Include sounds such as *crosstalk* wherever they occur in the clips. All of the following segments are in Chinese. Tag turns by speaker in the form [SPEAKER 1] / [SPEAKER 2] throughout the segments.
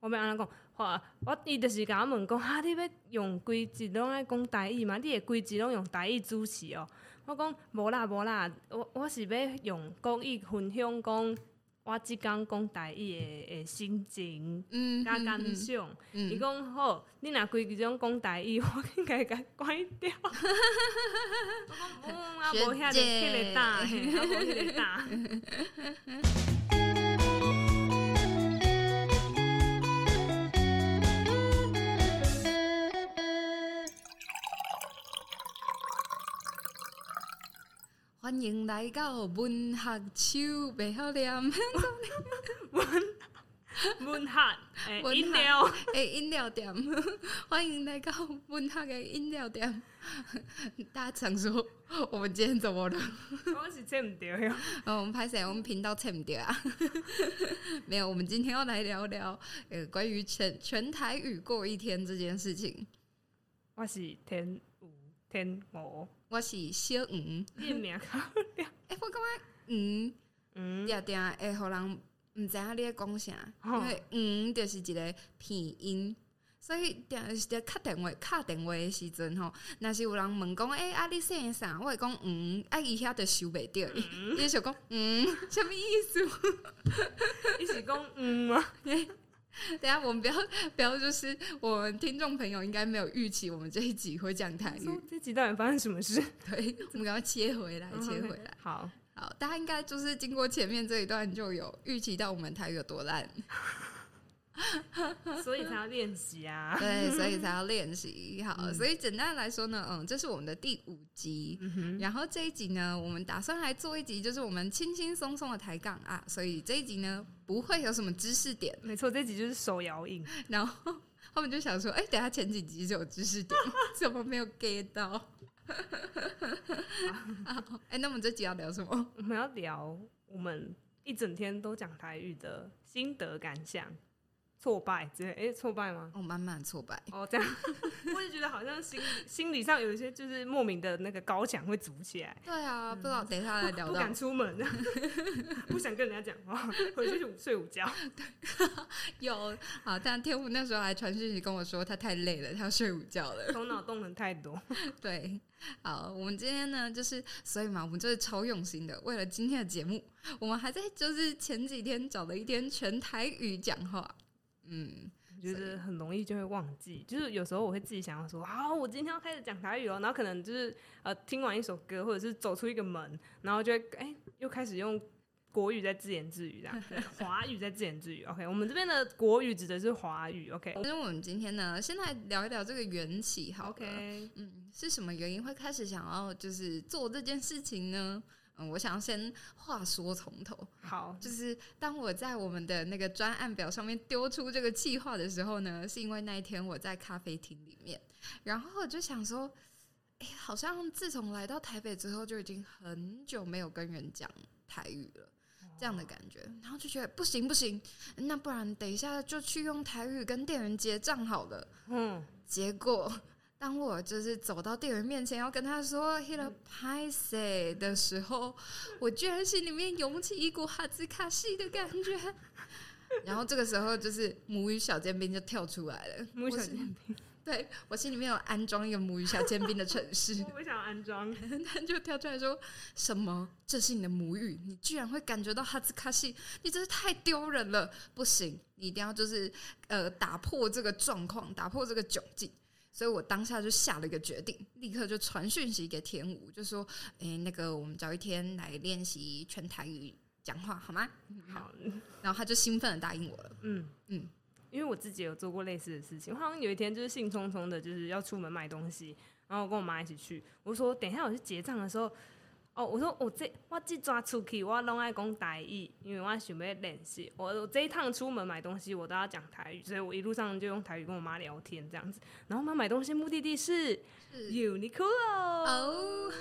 [SPEAKER 1] 我要安怎讲？话我伊就是甲我问讲，哈、啊，你要用规集拢爱讲台语嘛？你会规集拢用台语主持哦？我讲无啦无啦，我我是要用国语分享讲我即工讲台语的的心情
[SPEAKER 2] 嗯
[SPEAKER 1] 甲感想。伊
[SPEAKER 2] 嗯，
[SPEAKER 1] 讲、好，你若规集拢讲台语， *laughs* 我应该甲关掉。我讲嗯，啊无遐个
[SPEAKER 2] 学姐
[SPEAKER 1] 迄个大，嘿啊无迄个大。
[SPEAKER 2] *laughs* 欢迎来到文学手袂晓 *laughs* 念
[SPEAKER 1] 文学诶
[SPEAKER 2] 文学
[SPEAKER 1] 饮料，
[SPEAKER 2] 的饮料店， *laughs* 欢迎来到文学的饮料店。 *laughs* 大家常说我们今天怎么了？
[SPEAKER 1] *laughs*
[SPEAKER 2] *laughs*
[SPEAKER 1] 我是猜毋对哟。
[SPEAKER 2] 哦，我们拍谁？我们频道蹭不掉啊？ *laughs* 没有，我们今天要来聊聊呃，关于全全台语过一天这件事情。
[SPEAKER 1] 我是天五天五，
[SPEAKER 2] 我是小黄，
[SPEAKER 1] 你的名较好料。
[SPEAKER 2] 哎、我感觉黄
[SPEAKER 1] 嗯，
[SPEAKER 2] 定定会互人毋知影你咧讲啥，
[SPEAKER 1] 吼
[SPEAKER 2] 因为黄就是一个鼻音。所以定是在敲电话、敲电话的时阵吼，若是有人问讲，诶、啊你姓啥？我会讲嗯，啊伊遐就收袂着，伊就想讲嗯，什物意思？ *laughs*
[SPEAKER 1] 你是讲嗯吗？
[SPEAKER 2] 等一下我们不要不要，就是我们听众朋友应该没有预期我们这一集会讲
[SPEAKER 1] *laughs*
[SPEAKER 2] 台
[SPEAKER 1] 说
[SPEAKER 2] 语，
[SPEAKER 1] 这集到底发生什么事？
[SPEAKER 2] 对，我们赶快切回来，切回来。
[SPEAKER 1] *laughs* 好，
[SPEAKER 2] 好，大家应该就是经过前面这一段就有预期到我们台语有多烂，
[SPEAKER 1] 所以才要练习啊。
[SPEAKER 2] *laughs* 对，所以才要练习。好，所以简单来说呢，嗯，这是我们的第五集。
[SPEAKER 1] 嗯哼，
[SPEAKER 2] 然后这一集呢，我们打算来做一集，就是我们轻轻松松的抬杠啊，所以这一集呢不会有什么知识点。
[SPEAKER 1] 没错，这集就是手摇饮。
[SPEAKER 2] 然后他们就想说，哎、等一下前几集就有知
[SPEAKER 1] *laughs*
[SPEAKER 2] 识点，怎么没有 get 到？ *laughs* 好哎、那我们这集要聊什么？
[SPEAKER 1] 我们要聊我们一整天都讲台语的心得感想、挫败之类。诶，挫败吗？
[SPEAKER 2] 我、满满挫败，
[SPEAKER 1] 哦，这
[SPEAKER 2] *laughs*
[SPEAKER 1] 样，我也觉得好像心理心理上有一些就是莫名的那个高墙会筑起来。
[SPEAKER 2] 对啊，不知道等一下来聊
[SPEAKER 1] 嗯 *laughs* 不
[SPEAKER 2] 到
[SPEAKER 1] 敢，出门，不想跟人家讲话，回去就睡午觉。
[SPEAKER 2] *laughs* 有好，但天武那时候还传讯息跟我说他太累了，他要睡午觉了。
[SPEAKER 1] 头脑动能太多，
[SPEAKER 2] 对，好，我们今天呢，就是所以嘛，我们就是超用心的，为了今天的节目，我们还在就是前几天找了一天全台语讲话，嗯，
[SPEAKER 1] 我觉得很容易就会忘记。就是有时候我会自己想要说，好，我今天要开始讲台语哦，然后可能就是呃听完一首歌，或者是走出一个门，然后就会哎、又开始用。国语在自言自语，这
[SPEAKER 2] *laughs*
[SPEAKER 1] 样华语在自言自语。OK，我们这边的国语指的是华语。OK，OK，、
[SPEAKER 2] 所以我们今天呢，先来聊一聊这个缘起好了。嗯，是什么原因会开始想要就是做这件事情呢？嗯，我想要先话说从头，
[SPEAKER 1] 好，
[SPEAKER 2] 就是当我在我们的那个专案表上面丢出这个计划的时候呢，是因为那一天我在咖啡厅里面，然后我就想说，哎、好像自从来到台北之后，就已经很久没有跟人讲台语了。这样的感觉，然后就觉得不行不行，那不然等一下就去用台语跟店员结账好了。
[SPEAKER 1] 嗯，
[SPEAKER 2] 结果当我就是走到店员面前要跟他说 “hit a p i 的时候，我居然心里面涌起一股哈兹卡西的感觉。 *laughs* 然后这个时候，就是母语小尖兵就跳出来了。
[SPEAKER 1] 母语小
[SPEAKER 2] 我心
[SPEAKER 1] 尖
[SPEAKER 2] 对我心里面有安装一个母语小尖兵的城市，
[SPEAKER 1] 我想安装，
[SPEAKER 2] 他就跳出来说：“什么？这是你的母语？你居然会感觉到哈兹卡西？你真是太丢人了！不行，你一定要就是呃打破这个状况，打破这个窘境。”所以我当下就下了一个决定，立刻就传讯息给田武，就说：“诶、那个我们找一天来练习全台语讲话好吗？”
[SPEAKER 1] 好，
[SPEAKER 2] 然后他就兴奋的答应我了。
[SPEAKER 1] 嗯
[SPEAKER 2] 嗯
[SPEAKER 1] 嗯，因为我自己有做过类似的事情，我好像有一天就是兴冲冲的，就是要出门买东西，然后我跟我妈一起去，我说等一下我去结账的时候，哦，我说我这我这抓出去，我拢爱讲台语，因为我想要练习，我我这一趟出门买东西我都要讲台语，所以我一路上就用台语跟我妈聊天这样子，然后我妈买东西目的地是 Uniqlo，
[SPEAKER 2] 哦、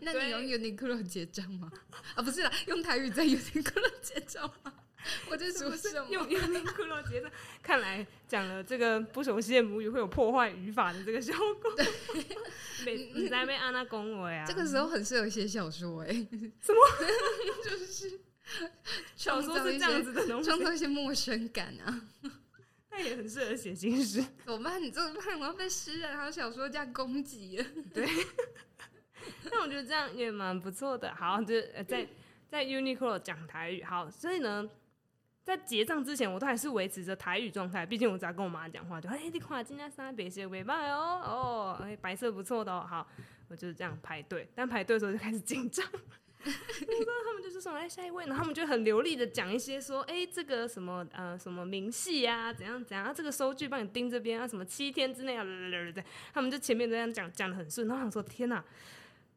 [SPEAKER 2] 那你
[SPEAKER 1] 对
[SPEAKER 2] 用 Uniqlo 结账吗？啊，不是啦，用台语在 Uniqlo 结账 *laughs* 吗？我在说什么？
[SPEAKER 1] 用 Uniqlo 结账，看来讲了这个不熟悉的母语会有破坏语法的这个效果。
[SPEAKER 2] *laughs*
[SPEAKER 1] 被你在被安娜恭维啊，
[SPEAKER 2] 这个时候很适合写小说哎、欸， *laughs*
[SPEAKER 1] 小说是这样子的东西
[SPEAKER 2] 创，造一些陌生感啊。
[SPEAKER 1] 那也很适合写新诗。
[SPEAKER 2] 怎么办？你怎么办？我要被诗人还有小说家攻击了。 *laughs*
[SPEAKER 1] *laughs* 但我觉得这样也蛮不错的。好，就是呃在在 Uniqlo 讲台语。好，所以呢，在结账之前，我都还是维持着台语状态。毕竟我只要跟我妈讲话，就哎、你看今天三白色尾巴哦，哦，哎、白色不错的哦。好，我就是这样排队。但排队的时候就开始紧张。 *laughs* 因为他们就是说来下一位，然后他们就很流利的讲一些说，哎、这个什么呃什么明细啊，怎样怎样，啊这个收据帮你盯这边啊，什么七天之内啊，他们就前面这样讲讲的很顺，然后我想说天哪、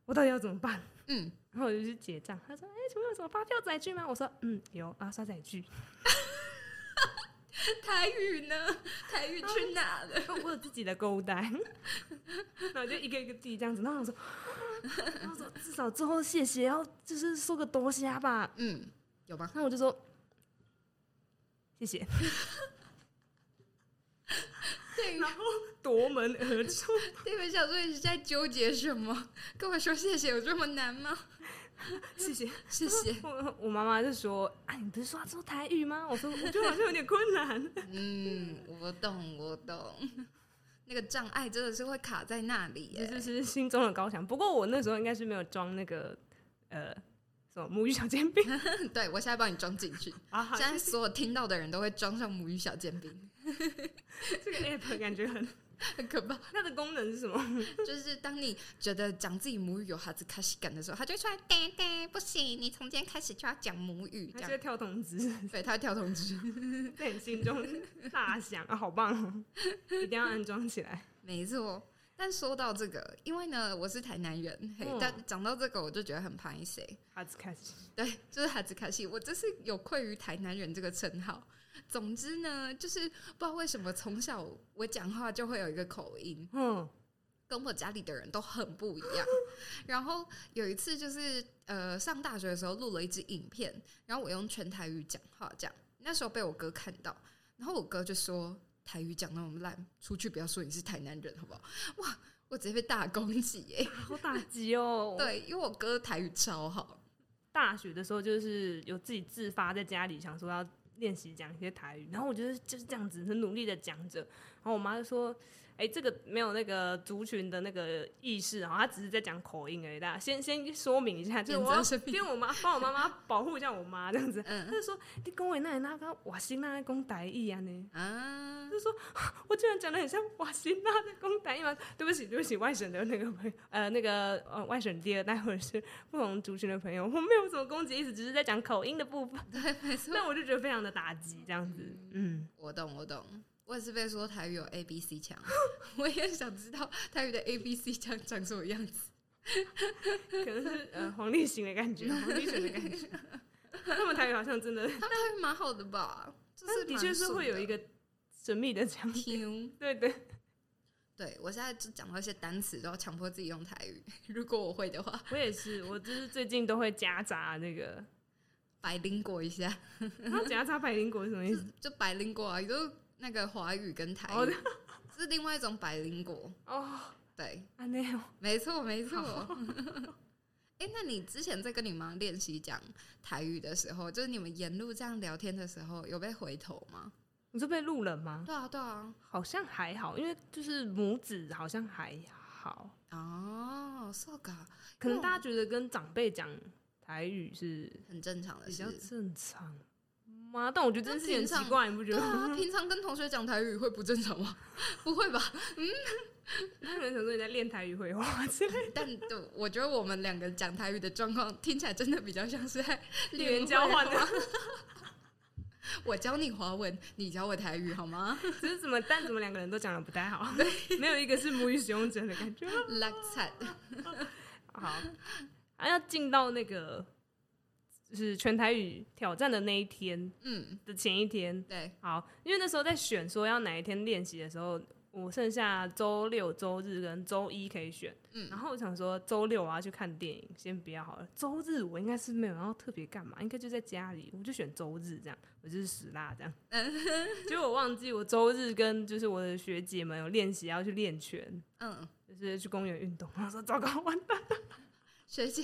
[SPEAKER 1] 我到底要怎么办？
[SPEAKER 2] 嗯，
[SPEAKER 1] 然后我就去结账，他说：“哎、请问有什么发票载具吗？”我说：“嗯，有啊，刷载具。 *laughs*
[SPEAKER 2] 台语呢？台语去哪了？
[SPEAKER 1] 我有自己的购物袋， *laughs* 然后就一个一个递这样子。然后我说，然后我说至少最后谢谢，要就是说个多谢吧。
[SPEAKER 2] 嗯，有吧？
[SPEAKER 1] 那我就说谢谢，
[SPEAKER 2] 对于
[SPEAKER 1] 然后夺门而出。
[SPEAKER 2] 对本小说你是在纠结什么？跟我说谢谢有这么难吗？
[SPEAKER 1] 谢谢，
[SPEAKER 2] 谢谢。
[SPEAKER 1] 我我妈妈就说：“啊，你不是说要说台语吗？”我说：“我觉得好像有点困难。”
[SPEAKER 2] 嗯，我懂，我懂。 *laughs* 那个障碍真的是会卡在那里
[SPEAKER 1] 这 *laughs*
[SPEAKER 2] 耶。
[SPEAKER 1] 就是心中的高墙。不过我那时候应该是没有装那个呃什么母语小煎饼
[SPEAKER 2] 对，我现在帮你装进去。
[SPEAKER 1] 啊
[SPEAKER 2] 现，在所有听到的人都会装上母语小煎饼，
[SPEAKER 1] 这个 app 感觉很，
[SPEAKER 2] 很可怕。
[SPEAKER 1] *laughs* 它的功能是什么？
[SPEAKER 2] 就是当你觉得讲自己母语有哈子卡西感的时候，他就会出来，对对，不行，你从今天开始就要讲母语，这
[SPEAKER 1] 它就
[SPEAKER 2] 样
[SPEAKER 1] 会跳通知，
[SPEAKER 2] 对，他会跳通知。
[SPEAKER 1] 在你心中 *laughs* 大响啊，好棒哦！一定要安装起来。
[SPEAKER 2] 没错。但说到这个，因为呢，我是台南人，嘿
[SPEAKER 1] 嗯，
[SPEAKER 2] 但讲到这个，我就觉得很拍谁。
[SPEAKER 1] 哈兹开始，
[SPEAKER 2] 对，就是哈兹卡西，我真是有愧于台南人这个称号。总之呢，就是不知道为什么从小我讲话就会有一个口音，
[SPEAKER 1] 嗯，
[SPEAKER 2] 跟我家里的人都很不一样。然后有一次就是呃上大学的时候录了一支影片，然后我用全台语讲话，这样那时候被我哥看到，然后我哥就说台语讲那么烂，出去不要说你是台南人好不好？哇，我直接被大攻击耶、
[SPEAKER 1] 好打击哦。，
[SPEAKER 2] 对，因为我哥台语超好，
[SPEAKER 1] 大学的时候就是有自己自发在家里想说要练习讲一些台语，然后我就是就是这样子很努力的讲着，然后我妈就说：“哎、这个没有那个族群的那个意识，然后她只是在讲口音而已。”大家先先说明一下，就是
[SPEAKER 2] 免
[SPEAKER 1] 我要
[SPEAKER 2] 责声明
[SPEAKER 1] 因为我妈帮我妈妈保护一下我妈这样子，她
[SPEAKER 2] 嗯
[SPEAKER 1] 就说：“你跟我那那个瓦辛娜在讲台语啊呢。”
[SPEAKER 2] 啊
[SPEAKER 1] 她。就说：“ *laughs* 我居然讲的很像瓦辛娜在讲台语吗？对不起，对不起，外省的那个朋友，呃，那个呃外省第二代或者是不同族群的朋友，我没有什么攻击意思，只是在讲口音的部分。对，没错。但我就觉得非常的打击，这样子，嗯。”
[SPEAKER 2] 我懂，我懂。我也是被说台语有 A B C 腔，我也想知道台语的 A B C 腔长什么样子。
[SPEAKER 1] 可能是呃黄立行的感觉， *laughs* 黄立行的感觉。他们台语好像真的，
[SPEAKER 2] 他们台语蛮好的吧？就
[SPEAKER 1] 但
[SPEAKER 2] 是
[SPEAKER 1] 的确是会有一个神秘的强调。
[SPEAKER 2] 听。
[SPEAKER 1] *laughs* 对对，
[SPEAKER 2] 对我现在就讲到一些单词，都要强迫自己用台语。如果我会的话，
[SPEAKER 1] 我也是，我就是最近都会夹杂那个，
[SPEAKER 2] 百灵果一下，
[SPEAKER 1] 然后夹杂百灵果是什么意思？
[SPEAKER 2] 就百灵果啊，也就是那个华语跟台
[SPEAKER 1] 哦
[SPEAKER 2] 语，这是另外一种百灵果。
[SPEAKER 1] *laughs* 哦，
[SPEAKER 2] 对，
[SPEAKER 1] 啊那样，
[SPEAKER 2] 没错，没错。 *laughs* 哎、那你之前在跟你妈练习讲台语的时候，就是你们沿路这样聊天的时候，有被回头吗？
[SPEAKER 1] 你是被录了吗？
[SPEAKER 2] 对啊，对啊。
[SPEAKER 1] 好像还好，因为就是母子好像还好，
[SPEAKER 2] 哦，so ga
[SPEAKER 1] 可能
[SPEAKER 2] 因为我
[SPEAKER 1] 大家觉得跟长辈讲台语是
[SPEAKER 2] 很正常的
[SPEAKER 1] 比
[SPEAKER 2] 事
[SPEAKER 1] 较。正常吗？但我觉得这件事情很
[SPEAKER 2] 那平常
[SPEAKER 1] 奇怪，你不觉
[SPEAKER 2] 对
[SPEAKER 1] 得？ *laughs*
[SPEAKER 2] 啊，平常跟同学讲台语会不正常吗？ *laughs* 不会吧？
[SPEAKER 1] 他可能想说你在练台语绘画之类的，
[SPEAKER 2] 但对我觉得我们两个讲台语的状况听起来真的比较像是在
[SPEAKER 1] 语言交换的
[SPEAKER 2] 的。 *laughs* 我教你华文，你教我台语好吗？
[SPEAKER 1] 只是怎么，但怎么两个人都讲的不太好， *laughs* 没有一个是母语使用者的感觉。
[SPEAKER 2] 拉惨，
[SPEAKER 1] 好，啊，要进到那个就是全台语挑战的那一天
[SPEAKER 2] 嗯，
[SPEAKER 1] 的前一天，
[SPEAKER 2] 对，
[SPEAKER 1] 好，因为那时候在选说要哪一天练习的时候，我剩下周六、周日跟周一可以选，
[SPEAKER 2] 嗯
[SPEAKER 1] 然后我想说周六我要去看电影，先不要好了。周日我应该是没有要特别干嘛，应该就在家里，我就选周日这样，我就是死辣这样。结果我忘记我周日跟就是我的学姐们有练习要去练拳，
[SPEAKER 2] 嗯，
[SPEAKER 1] 就是去公园运动。然后说糟糕，完蛋，
[SPEAKER 2] 学姐，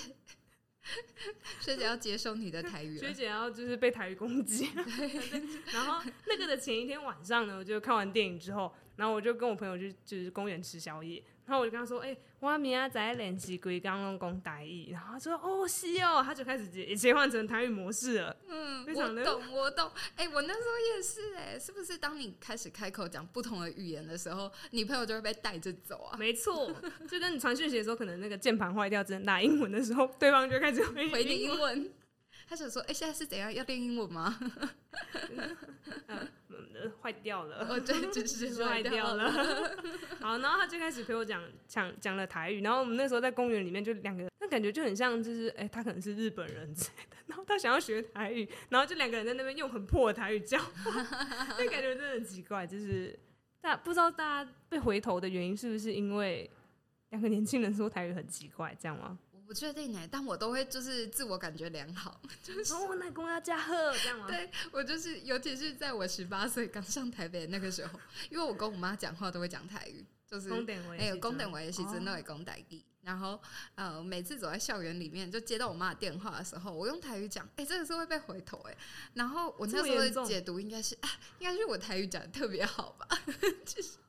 [SPEAKER 2] *laughs* 学姐要接受你的台语
[SPEAKER 1] 学
[SPEAKER 2] 了，
[SPEAKER 1] 姐要就是被台语攻
[SPEAKER 2] *laughs*
[SPEAKER 1] 击。 *laughs* 然后那个的前一天晚上呢，我就看完电影之后，然后我就跟我朋友去就是公园吃宵夜，然后我就跟他说：“哎、我明仔载练习规刚拢讲台语。”然后他说：“哦，是哦。”他就开始也切换成台语模式了。
[SPEAKER 2] 嗯，
[SPEAKER 1] 非常
[SPEAKER 2] 我
[SPEAKER 1] 的
[SPEAKER 2] 懂，我懂。哎、我那时候也是、哎，是不是？当你开始开口讲不同的语言的时候，你朋友就会被带着走
[SPEAKER 1] *laughs*
[SPEAKER 2] 啊？
[SPEAKER 1] 没错，就跟你传讯息的时候，可能那个键盘坏掉，只能打英文的时候，对方就开始回
[SPEAKER 2] 回你
[SPEAKER 1] 你英
[SPEAKER 2] 英
[SPEAKER 1] 文。
[SPEAKER 2] 文，他想说，哎、现在是怎样？要练英文
[SPEAKER 1] *laughs*
[SPEAKER 2] 吗？
[SPEAKER 1] 嗯呃坏掉了。
[SPEAKER 2] 哦，对，只
[SPEAKER 1] 就是是坏掉
[SPEAKER 2] 了。
[SPEAKER 1] 了。 *laughs* 好，然后他就开始陪我讲讲讲了台语，然后我们那时候在公园里面就两个，那感觉就很像就是，哎、他可能是日本人之类的，然后他想要学台语，然后就两个人在那边用很破的台语教， *laughs* 那感觉真的很奇怪，就是大不知道大家被回头的原因是不是因为两个年轻人说台语很奇怪，这样 *laughs* 吗？
[SPEAKER 2] 我不确定哎、但我都会就是自我感觉良好。 *laughs*
[SPEAKER 1] 哦，那公要加贺这样吗？
[SPEAKER 2] 对我就是，尤其是在我十八岁刚上台北那个时候，因为我跟我妈讲话都会讲台语，就是
[SPEAKER 1] 公等我
[SPEAKER 2] 哎、
[SPEAKER 1] 也
[SPEAKER 2] 有
[SPEAKER 1] 是
[SPEAKER 2] 讲
[SPEAKER 1] 这
[SPEAKER 2] 电
[SPEAKER 1] 样
[SPEAKER 2] 话也是真的会讲台语。然后，呃，每次走在校园里面，就接到我妈的电话的时候，我用台语讲，哎、真的是会被回头哎、然后我
[SPEAKER 1] 这
[SPEAKER 2] 那
[SPEAKER 1] 么
[SPEAKER 2] 时候
[SPEAKER 1] 严
[SPEAKER 2] 的
[SPEAKER 1] 重
[SPEAKER 2] 解读应该是啊，应该是我台语讲的特别好吧， *laughs* 就是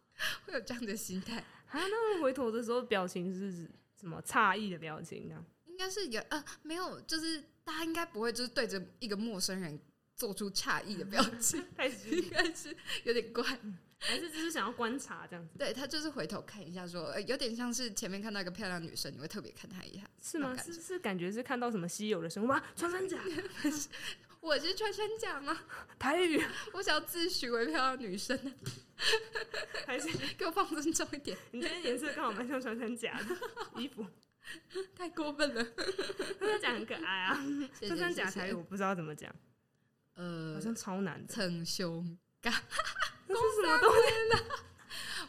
[SPEAKER 2] 会有这样的心态。
[SPEAKER 1] 啊，那回头的时候表情是什么诧异的表情这啊样？
[SPEAKER 2] 应该是有呃，没有，就是大家应该不会就是对着一个陌生人做出诧异的表
[SPEAKER 1] *laughs*
[SPEAKER 2] 情，
[SPEAKER 1] 太虚
[SPEAKER 2] 应该是有点怪。
[SPEAKER 1] 还是只是想要观察这样子，
[SPEAKER 2] 对他就是回头看一下说、呃，有点像是前面看到一个漂亮女生，你会特别看她一下。
[SPEAKER 1] 是
[SPEAKER 2] 那
[SPEAKER 1] 吗？
[SPEAKER 2] 种感
[SPEAKER 1] 是是感觉是看到什么稀有的生物哇，穿山甲、
[SPEAKER 2] 我是穿山甲
[SPEAKER 1] 啊
[SPEAKER 2] 吗？
[SPEAKER 1] 台语，
[SPEAKER 2] *laughs* 我想要自诩为漂亮女生，啊
[SPEAKER 1] 还是
[SPEAKER 2] *laughs* 给我放尊重一点，
[SPEAKER 1] 你今天颜色刚好蛮像穿山甲的衣服， *laughs*
[SPEAKER 2] 太过分了。
[SPEAKER 1] 穿山甲很可爱啊。
[SPEAKER 2] *laughs* 谢谢
[SPEAKER 1] 穿山甲
[SPEAKER 2] 谢谢
[SPEAKER 1] 台语我不知道怎么讲，好
[SPEAKER 2] 呃，
[SPEAKER 1] 像超难的，
[SPEAKER 2] 逞凶。
[SPEAKER 1] 这是什么东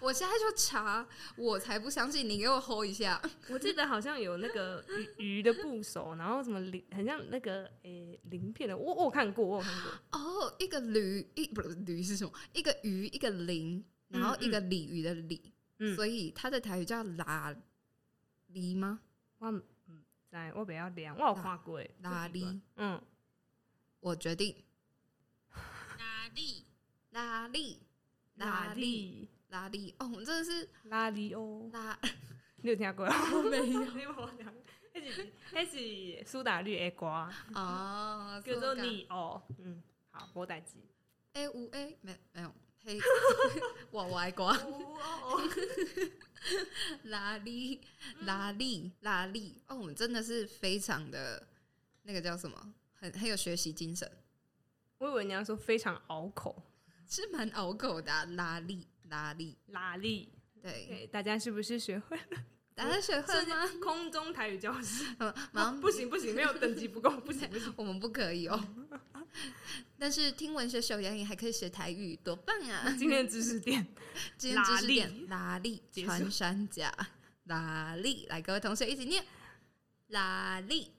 [SPEAKER 2] 我现在就查，我才不相信你，给我吼一下。
[SPEAKER 1] 西？ *laughs* 我记得好像有那个鱼鱼的部首，然后什么鳞，很像那个诶鳞片的，我我有看过，我有看过。
[SPEAKER 2] *laughs* 哦，一个驴，一不是驴是什么？一个鱼，一个鳞，然后一个鲤鱼的鲤，
[SPEAKER 1] 嗯
[SPEAKER 2] 所以它的台语叫拉梨吗？
[SPEAKER 1] 我嗯，在我比较凉，我有看过欸。
[SPEAKER 2] 拉梨，
[SPEAKER 1] 嗯，
[SPEAKER 2] 我决定
[SPEAKER 3] 哪里？
[SPEAKER 2] 拉力，拉力，
[SPEAKER 1] 力？
[SPEAKER 2] 拉力。哦，我们真的是
[SPEAKER 1] 拉力哦，
[SPEAKER 2] *laughs* 拉，
[SPEAKER 1] 你有听过？
[SPEAKER 2] 没有
[SPEAKER 1] 你无听，迄是迄是苏打绿的 *laughs* 歌，
[SPEAKER 2] *laughs* 哦，
[SPEAKER 1] 叫做
[SPEAKER 2] 这么尬。
[SPEAKER 1] 你哦。嗯，好，无代志。
[SPEAKER 2] 哎，五 A 没没有嘿， *laughs* 我歪瓜。
[SPEAKER 1] 哦
[SPEAKER 2] 拉力，拉力，拉力。哦，我们真的是非常的那个叫什么，很很有学习精神，
[SPEAKER 1] 我以为你要说非常拗口，
[SPEAKER 2] 是蛮拗口的啊、拉力，拉力。
[SPEAKER 1] 拉力。
[SPEAKER 2] 对，
[SPEAKER 1] 对，大家是不是学会了？
[SPEAKER 2] 大家学会
[SPEAKER 1] 瞬
[SPEAKER 2] 吗？
[SPEAKER 1] 间 *laughs* 空中台语教 *laughs* 室，
[SPEAKER 2] 嗯，马上
[SPEAKER 1] 啊不行不行，没有等级不够，不行不 *laughs* 行。
[SPEAKER 2] 我们不可以哦。但是听文学手言语还可以学台语，多棒啊！
[SPEAKER 1] 今天的知识点，
[SPEAKER 2] 今天知识
[SPEAKER 1] 拉
[SPEAKER 2] 点拉力
[SPEAKER 1] 结束
[SPEAKER 2] 穿山甲拉力，来各位同学一起念拉力。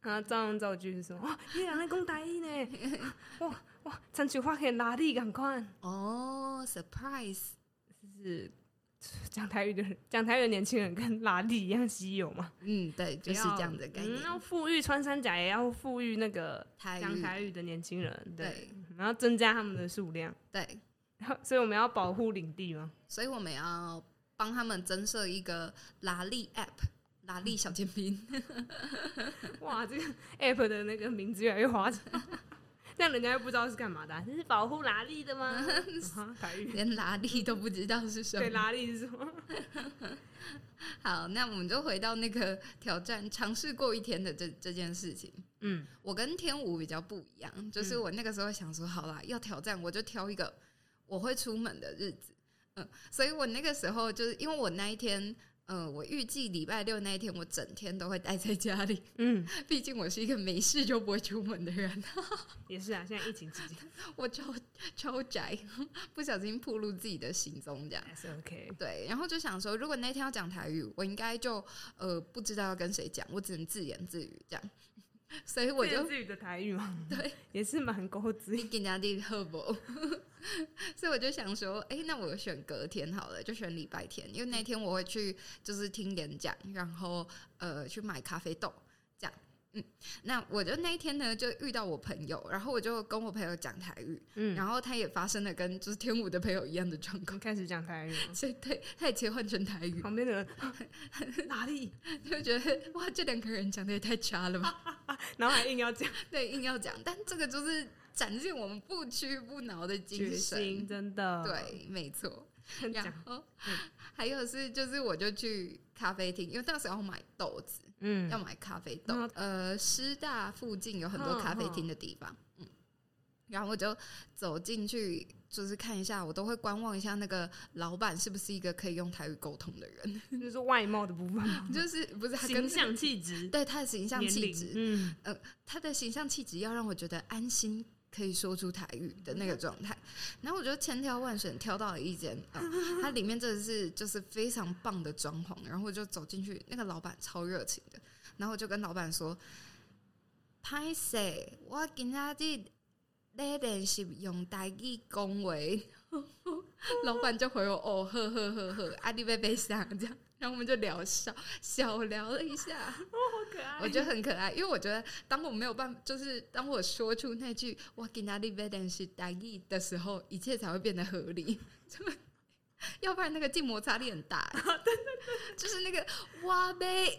[SPEAKER 1] 啊，造样造句是什么？哇，哦你人在讲台语呢？ *laughs* 哇哇，亲像发现拉力赶快，
[SPEAKER 2] 哦，surprise！
[SPEAKER 1] 就是讲台语的人，讲台语的年轻人跟拉力一样稀有嘛，
[SPEAKER 2] 嗯，对，就是这样的概念
[SPEAKER 1] 嗯。要富裕穿山甲，也要富裕那个
[SPEAKER 2] 台
[SPEAKER 1] 讲
[SPEAKER 2] 语，
[SPEAKER 1] 台语的年轻人，对，
[SPEAKER 2] 对
[SPEAKER 1] 然后增加他们的数量，
[SPEAKER 2] 对，
[SPEAKER 1] 然后所以我们要保护领地吗？
[SPEAKER 2] 所以我们要帮他们增设一个拉力 app，拉力小尖兵。
[SPEAKER 1] *laughs*
[SPEAKER 2] *laughs*
[SPEAKER 1] 哇，这个 app 的那个名字越来越花俏， *laughs* 这样人家又不知道是干嘛的啊、这是保护拉力
[SPEAKER 2] *laughs*
[SPEAKER 1] 的吗？啊台语
[SPEAKER 2] 连拉力都不知道是什
[SPEAKER 1] 对
[SPEAKER 2] 么。
[SPEAKER 1] 拉力是什么？ *laughs*
[SPEAKER 2] 好，那我们就回到那个挑战尝试过一天的这这件事情。
[SPEAKER 1] 嗯，
[SPEAKER 2] 我跟天武比较不一样，就是我那个时候想说，好啦，要挑战我就挑一个我会出门的日子。嗯，所以我那个时候就是因为我那一天，呃，我预计礼拜六那一天我整天都会待在家里，
[SPEAKER 1] 嗯，
[SPEAKER 2] 毕竟我是一个没事就不会出门
[SPEAKER 1] *laughs*
[SPEAKER 2] 的人，
[SPEAKER 1] 也是啊，现在疫情期间
[SPEAKER 2] 我超超宅， *laughs* 不小心暴露自己的行踪这样。
[SPEAKER 1] 还是 OK。
[SPEAKER 2] 对，然后就想说，如果那天要讲台语，我应该就呃不知道要跟谁讲，我只能自言自语这样。 *laughs* 所以 *laughs* 我
[SPEAKER 1] 自言
[SPEAKER 2] 就
[SPEAKER 1] 自语的台语嘛，
[SPEAKER 2] *laughs* 对，
[SPEAKER 1] 也是蛮高级。
[SPEAKER 2] 跟人家的喝不， *laughs* 所以我就想说，哎、那我选隔天好了，就选礼拜天，因为那天我会去就是听演讲，然后呃去买咖啡豆这样。那我就那一天呢，就遇到我朋友，然后我就跟我朋友讲台语，
[SPEAKER 1] 嗯，
[SPEAKER 2] 然后他也发生了跟就是天舞的朋友一样的状况 *laughs*
[SPEAKER 1] 你，开始讲台语吗，
[SPEAKER 2] 所以对，他也切换成台语，
[SPEAKER 1] 旁边的人 *laughs* 哪里，
[SPEAKER 2] 就觉得哇，这两个人讲的也太差了吧？
[SPEAKER 1] 然后还硬要讲
[SPEAKER 2] 哦对，硬要讲，但这个就是展现我们不屈不挠的精
[SPEAKER 1] 决心，
[SPEAKER 2] 神。
[SPEAKER 1] 真的，
[SPEAKER 2] 对，没错。
[SPEAKER 1] 很
[SPEAKER 2] 然
[SPEAKER 1] 讲，
[SPEAKER 2] 后
[SPEAKER 1] 嗯
[SPEAKER 2] 还有是，就是我就去咖啡厅，因为那时候要买豆子，
[SPEAKER 1] 嗯
[SPEAKER 2] 要买咖啡豆
[SPEAKER 1] 嗯。
[SPEAKER 2] 呃，师大附近有很多
[SPEAKER 1] 嗯
[SPEAKER 2] 咖啡
[SPEAKER 1] 嗯
[SPEAKER 2] 厅的地方，嗯，然后我就走进去，就是看一下，我都会观望一下那个老板是不是一个可以用台语沟通的人，
[SPEAKER 1] 就是外貌的部
[SPEAKER 2] *laughs*
[SPEAKER 1] 分吗，
[SPEAKER 2] 就是不是他跟
[SPEAKER 1] 啊形象气质、
[SPEAKER 2] 对他的形象
[SPEAKER 1] 年
[SPEAKER 2] 气
[SPEAKER 1] 龄
[SPEAKER 2] 质，，
[SPEAKER 1] 嗯，
[SPEAKER 2] 他的形象气质要让我觉得安心，可以说出台语的那个状态。然后我就千挑万选挑到了一间，呃它里面真的是就是非常棒的装潢。然后我就走进去，那个老板超热情的，然后我就跟老板说：“拍摄，我今仔日来练习用台语恭维。” *laughs* 老板就回我：“哦，呵呵呵呵，阿弟贝贝上这样。”然后我们就聊笑小聊了一下。
[SPEAKER 1] 好可爱
[SPEAKER 2] 我觉得很可爱，因为我觉得当我没有办法，就是当我说出那句“我给哪里 v a l e 是大意”的时候，一切才会变得合理。 *laughs* 要不然那个静摩擦力很大、欸， *laughs* 就是那个哇呗，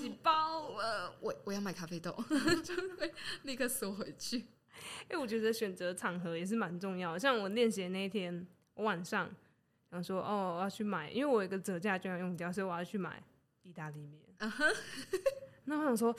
[SPEAKER 1] 几包。
[SPEAKER 2] 呃，我我要买咖啡豆， *laughs* 就会立刻缩回去。
[SPEAKER 1] 哎、我觉得选择场合也是蛮重要的。像我练习的那一天，我晚上想说，哦，我要去买，因为我有一个折价券要用掉，所以我要去买意大利面。那我想说，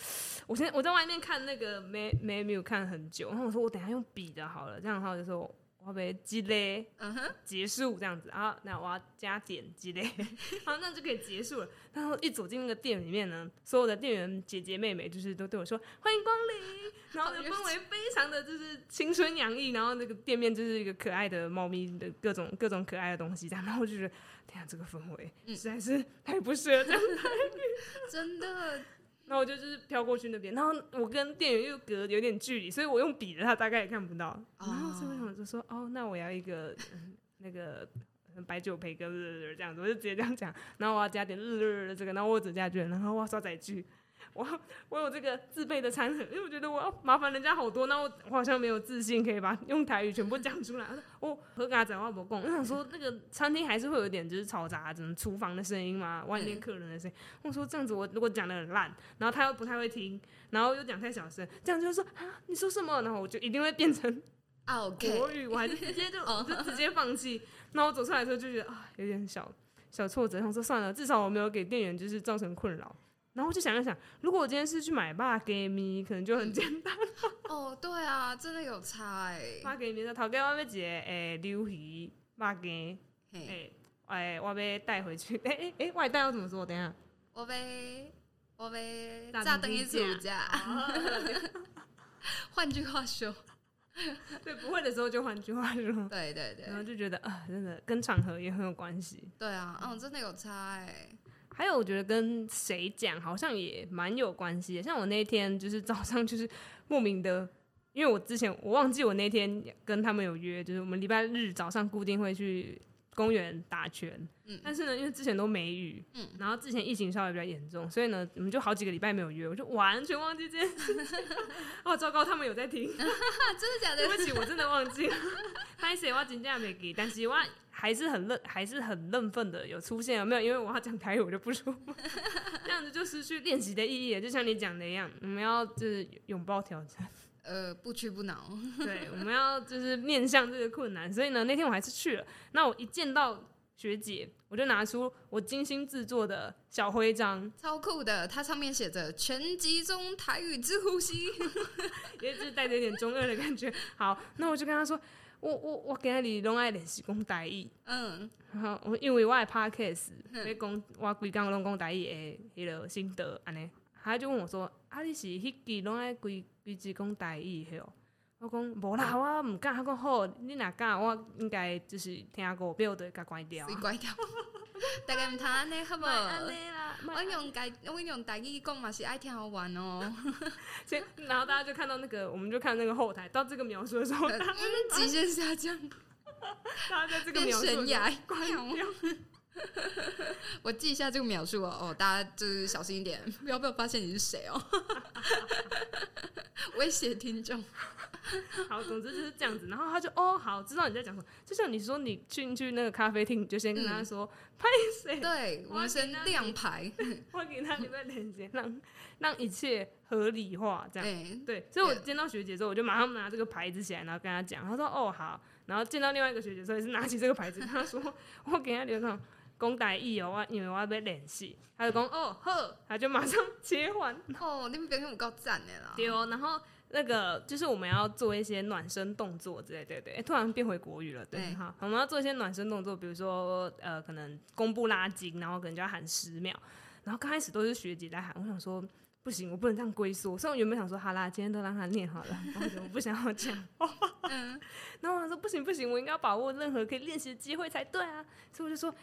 [SPEAKER 1] 我先我在外面看那个 me- menu 看很久，然后我说我等一下用笔的好了，这样的话我就说我要被积累
[SPEAKER 2] 嗯哼，
[SPEAKER 1] 结束这样子，然后那我要加点积累， *laughs* 好，那就可以结束了。然后一走进那个店里面呢，所有的店员姐姐妹妹就是都对我说欢迎光临，然后呢
[SPEAKER 2] 好热
[SPEAKER 1] 氛围非常的就是青春洋溢，然后那个店面就是一个可爱的猫咪的各种各种可爱的东西这样，然后我就觉得天啊，这个氛围
[SPEAKER 2] 嗯
[SPEAKER 1] 实在是太不适合这样。
[SPEAKER 2] 真的，
[SPEAKER 1] 然后我就就是飘过去那边，然后我跟店员又隔有点距离，所以我用笔的他大概也看不到。然后所以我就说，哦，那我要一个、嗯那个白酒培根这样子，我就直接这样讲。然后我要加点日的这个，然后我有折价券，然后我要刷载具，我要我有这个自备的餐盒，因为我觉得我要麻烦人家好多，那我我好像没有自信可以把用台语全部讲出来。 *laughs* 我和嘎仔话不共，我想说那个餐厅还是会有一点就是嘈杂，怎么厨房的声音嘛，外面客人的声音。我说这样子，我如果讲的很烂，然后他又不太会听，然后又讲太小声，这样就说啊你说什么，然后我就一定会变成
[SPEAKER 2] 啊，OK，
[SPEAKER 1] 国语，我还
[SPEAKER 2] *laughs*
[SPEAKER 1] 是直接就
[SPEAKER 2] 哦
[SPEAKER 1] 我就直接放弃。那我走出来的时候就觉得啊，有点小小挫折，想说算了，至少我没有给店员就是造成困扰。然后我就想一想，如果我今天是去买爸给米，可能就很
[SPEAKER 2] 嗯
[SPEAKER 1] 简单。
[SPEAKER 2] 哦，对啊，真的有差哎、
[SPEAKER 1] 爸给米在头家我要一个诶溜鱼肉羹，哎
[SPEAKER 2] 嘿，
[SPEAKER 1] 诶诶我要带回去。诶诶诶，外带要怎么说？等一
[SPEAKER 2] *laughs*
[SPEAKER 1] 下，
[SPEAKER 2] 我呗，我呗，
[SPEAKER 1] 炸
[SPEAKER 2] 炸
[SPEAKER 1] 等
[SPEAKER 2] 等
[SPEAKER 1] 一
[SPEAKER 2] 一暑
[SPEAKER 1] 下
[SPEAKER 2] 假。 *laughs* 换句话说，
[SPEAKER 1] 对，不会的时候就换句话说，
[SPEAKER 2] 对对对
[SPEAKER 1] 然，后就觉得啊、真的跟场合也很有关系。
[SPEAKER 2] 对啊，嗯，真的有差哎、
[SPEAKER 1] 还有，我觉得跟谁讲好像也蛮有关系的。像我那天就是早上就是莫名的，因为我之前我忘记我那天跟他们有约，就是我们礼拜日早上固定会去公园打拳。
[SPEAKER 2] 嗯
[SPEAKER 1] 但是呢，因为之前都没雨，
[SPEAKER 2] 嗯
[SPEAKER 1] 然后之前疫情稍微比较严重，所以呢，我们就好几个礼拜没有约，我就完全忘记这件事情。
[SPEAKER 2] *laughs*
[SPEAKER 1] 哦，糟糕，他们有在听，
[SPEAKER 2] 啊，真的假
[SPEAKER 1] 对
[SPEAKER 2] 的？
[SPEAKER 1] 不起，我真的忘 *laughs* 记了。拍谁我真的没给，但是我还是很认，还是很认份的有出现，有没有？因为我要讲台语，我就不 *laughs* 说，这样子就失去练习的意义了。就像你讲的一样，我们要就是拥抱挑战，
[SPEAKER 2] 呃，不屈不挠。
[SPEAKER 1] 对，我们要就是面向这个困难。所以呢，那天我还是去了。那我一见到学姐，我就拿出我精心制作的小徽章，
[SPEAKER 2] 超酷的，它上面写着“全集中台语之呼吸 *laughs*
[SPEAKER 1] 也就是带着一点中二的感觉。好，那我就跟她说，我我我给你拢爱练习讲台语。”，
[SPEAKER 2] 嗯，
[SPEAKER 1] 然后我 *laughs* 因为我的 podcast
[SPEAKER 2] 嗯
[SPEAKER 1] 要讲我规工拢讲台语的迄落心得安尼，他就问我说：“啊，你是迄期拢爱规规只讲台语迄哦？”我讲无
[SPEAKER 2] 嗯
[SPEAKER 1] 啦，我毋敢。他讲好，你若敢，我应该就是听五秒就会甲关
[SPEAKER 2] *laughs*
[SPEAKER 1] 掉
[SPEAKER 2] 所以。关掉。大啊家唔通安尼好不
[SPEAKER 1] 莫安
[SPEAKER 2] 好？
[SPEAKER 1] 尼啦，莫
[SPEAKER 2] 我用台，我用台语讲嘛是爱听好玩哦。 *laughs*
[SPEAKER 1] 所以然后大家就看到那个，我们就看那个后台，到这个描述的时
[SPEAKER 2] *laughs*
[SPEAKER 1] 候， *laughs*
[SPEAKER 2] 嗯，极限下降， *laughs*
[SPEAKER 1] 大家在这个
[SPEAKER 2] 变
[SPEAKER 1] 描述的
[SPEAKER 2] 悬
[SPEAKER 1] 时候
[SPEAKER 2] 崖。
[SPEAKER 1] 关掉。
[SPEAKER 2] *laughs* 我记一下这个描述哦，哦，大家就是小心一点，不要被我发现你是谁 *laughs* 哦，威胁听 *laughs* 众。
[SPEAKER 1] 好，总之就是这样子。然后他就哦，好，知道你在讲什么。就像你说，你去去那个咖啡厅，你就先跟他
[SPEAKER 2] 嗯
[SPEAKER 1] 说 *laughs* 拍谁、
[SPEAKER 2] 对，我
[SPEAKER 1] 我要
[SPEAKER 2] 们先
[SPEAKER 1] 给他
[SPEAKER 2] 亮牌，
[SPEAKER 1] 我给他一个链接，让让一切合理化，这样。
[SPEAKER 2] 对，
[SPEAKER 1] 对，所以我
[SPEAKER 2] 对啊
[SPEAKER 1] 见到学姐之后，我就马上拿这个牌子起来，然后跟她讲，她说哦好，然后见到另外一个学姐的时候，也是拿起这个牌子，跟她说 *laughs* 我给她留上公台艺哦，我因为我要被联系，她就讲哦呵，她就马上切换
[SPEAKER 2] 哦，你们表现我够赞的啦，
[SPEAKER 1] 丢、哦然后那个就是我们要做一些暖身动作之类，对对，诶哎突然变回国语了，对
[SPEAKER 2] 对
[SPEAKER 1] 哈，我们要做一些暖身动作，比如说呃，可能弓步拉筋，然后可能就要喊十秒，然后刚开始都是学姐来喊，我想说。不行，我不能这样龟缩。所以我原本想说，好啦，今天都让他念好了。然 *laughs* 后我觉得我不想要讲话。
[SPEAKER 2] 嗯，
[SPEAKER 1] *laughs* 然后我想说，不行不行，我应该要把握任何可以练习的机会才对啊。所以我就说，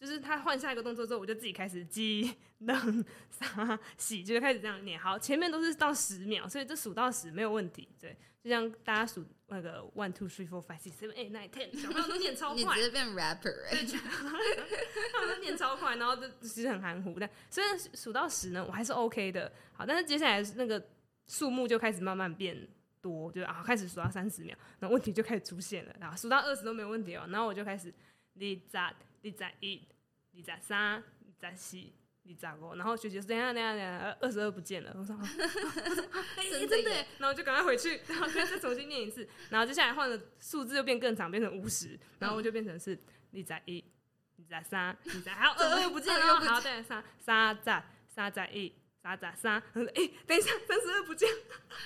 [SPEAKER 1] 就是他换下一个动作之后，我就自己开始 *laughs* 记冷杀洗，就是开始这样念。好，前面都是到十秒，所以这数到十没有问题。对，就像大家数那个 one two three four five six seven eight nine ten，小朋友都念超
[SPEAKER 2] *laughs* 你
[SPEAKER 1] 快
[SPEAKER 2] 直，接变 rapper 哎、
[SPEAKER 1] 他们都念超快，然后就其实很含糊。但虽然数到十呢，我还是 OK 的。好，但是接下来那个数目就开始慢慢变多，就啊开始数到三十秒，那问题就开始出现了。然后数到二十都没有问题哦，然后我就开始你咋你咋一你咋三你咋四你咋五，然后学姐说等一下等一下等一下，二十二不见了，我说。啊哎、
[SPEAKER 2] 真的
[SPEAKER 1] 真的
[SPEAKER 2] 耶
[SPEAKER 1] 耶，然后我就赶快回去，然后再再重新念一次，然后接下来换了数字又变更长，变成五十，然后我就变成是你在一，你在三，你在还 *laughs* 有二
[SPEAKER 2] 怎么
[SPEAKER 1] 二又不见
[SPEAKER 2] 二
[SPEAKER 1] 了，
[SPEAKER 2] 又不
[SPEAKER 1] 好，对，三三在三在一，三在三，然后说哎、等一下，三十二不见了，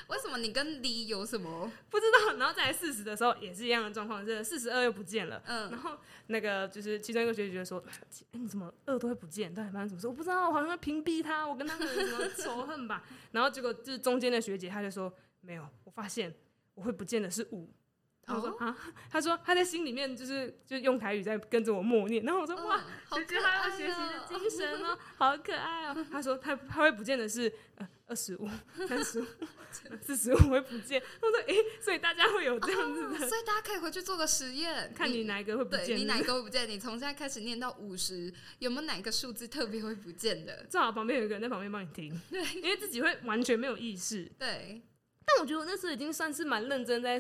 [SPEAKER 2] 为什么你跟梨有什么？
[SPEAKER 1] 不知道，然后再来四十的时候也是一样的状况，是四十二又不见了。然
[SPEAKER 2] 嗯，
[SPEAKER 1] 后那个就是其中一个学姐就说：“哎，你怎么二都会不见？到底发生什么事？我不知道，我好像屏蔽他，我跟他们有什么仇恨吧。”然后结果就是中间的学姐，她就说：“没有，我发现我会不见的是五。”然后我说、啊，她说她在心里面就是就用台语在跟着我默念。然后我说：“哇，
[SPEAKER 2] 嗯好
[SPEAKER 1] 姐姐
[SPEAKER 2] 可
[SPEAKER 1] 还
[SPEAKER 2] 爱
[SPEAKER 1] 有学习的
[SPEAKER 2] 哦
[SPEAKER 1] 精神哦，好可爱哦。”她说她她会不见的是呃二十五、三十
[SPEAKER 2] *laughs*
[SPEAKER 1] 五、 *laughs* 四十五会不见。她说：“诶、所以大家会有这样子的，
[SPEAKER 2] 哦所以大家可以回去做个实验，
[SPEAKER 1] 看你哪一个会不
[SPEAKER 2] 对
[SPEAKER 1] 见。”
[SPEAKER 2] 你哪个会不见？你从现在开始念到五十，有没有哪个数字特别会不见的？
[SPEAKER 1] 最好旁边有一个人在旁边帮你听，因为自己会完全没有意识。
[SPEAKER 2] 对，
[SPEAKER 1] 但我觉得我那时候已经算是蛮认真在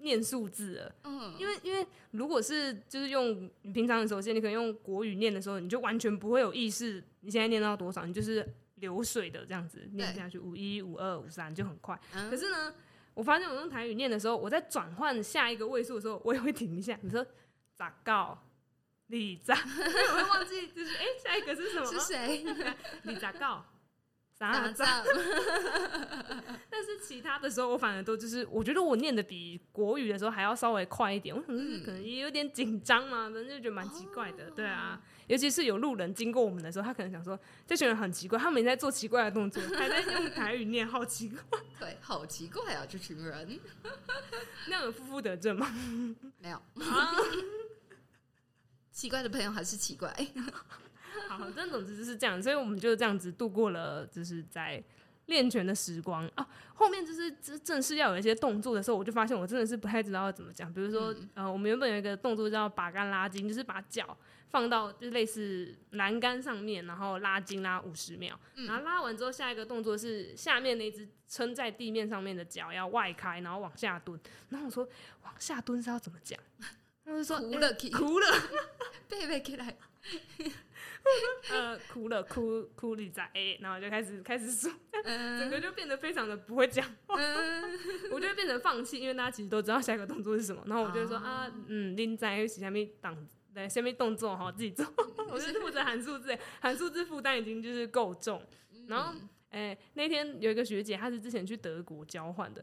[SPEAKER 1] 念数字了，
[SPEAKER 2] 嗯，
[SPEAKER 1] 因为因为如果是就是用你平常的时候，你可能用国语念的时候，你就完全不会有意识，你现在念到多少，你就是流水的这样子念下去，五一、五二、五三就很快。
[SPEAKER 2] 嗯
[SPEAKER 1] 可是呢，我发现我用台语念的时候，我在转换下一个位数的时候，我也会停一下。你说咋告？李
[SPEAKER 2] *laughs*
[SPEAKER 1] 咋？因为我会忘记，就是哎、下一个是什么？
[SPEAKER 2] 是谁？
[SPEAKER 1] 你咋
[SPEAKER 2] *laughs*
[SPEAKER 1] 告？
[SPEAKER 2] 打
[SPEAKER 1] 咋咋？
[SPEAKER 2] 仗？
[SPEAKER 1] 但是其他的时候，我反而都就是，我觉得我念的比国语的时候还要稍微快一点。我可能是可能也有点紧张嘛，反正就觉得蛮奇怪的。对啊，尤其是有路人经过我们的时候，他可能想说这群人很奇怪，他们也在做奇怪的动作，还在用台语念，好奇怪。
[SPEAKER 2] *laughs* 对，好奇怪啊，这群人
[SPEAKER 1] 那样有负负得正吗？
[SPEAKER 2] 没有。
[SPEAKER 1] 啊
[SPEAKER 2] *laughs* 奇怪的朋友还是奇怪，哎
[SPEAKER 1] 好，但总之就是这样，所以我们就这样子度过了，就是在练拳的时光啊。后面就是正正式要有一些动作的时候，我就发现我真的是不太知道要怎么讲。比如说，呃，我们原本有一个动作叫把杆拉筋，就是把脚放到就类似栏杆上面，然后拉筋拉五十秒，然后拉完之后，下一个动作是下面那只撑在地面上面的脚要外开，然后往下蹲。然后我说往下蹲是要怎么讲？他就说哎
[SPEAKER 2] 哭了起，
[SPEAKER 1] 哭了。
[SPEAKER 2] 贝贝起来，
[SPEAKER 1] 呃，哭了，哭哭里仔，然后就开始开始说，整
[SPEAKER 2] 嗯
[SPEAKER 1] 个就变得非常的不会讲，
[SPEAKER 2] 嗯，
[SPEAKER 1] *laughs* 我就会变成放弃，因为大家其实都知道下一个动作是什么，然后我就会说
[SPEAKER 2] 哦
[SPEAKER 1] 啊，嗯，林仔是下面挡，对，下面动作哈自己做， *laughs* 我就是负责喊数字，喊数字负担已经就是够重，
[SPEAKER 2] 嗯
[SPEAKER 1] 然后哎、那天有一个学姐，她是之前去德国交换的。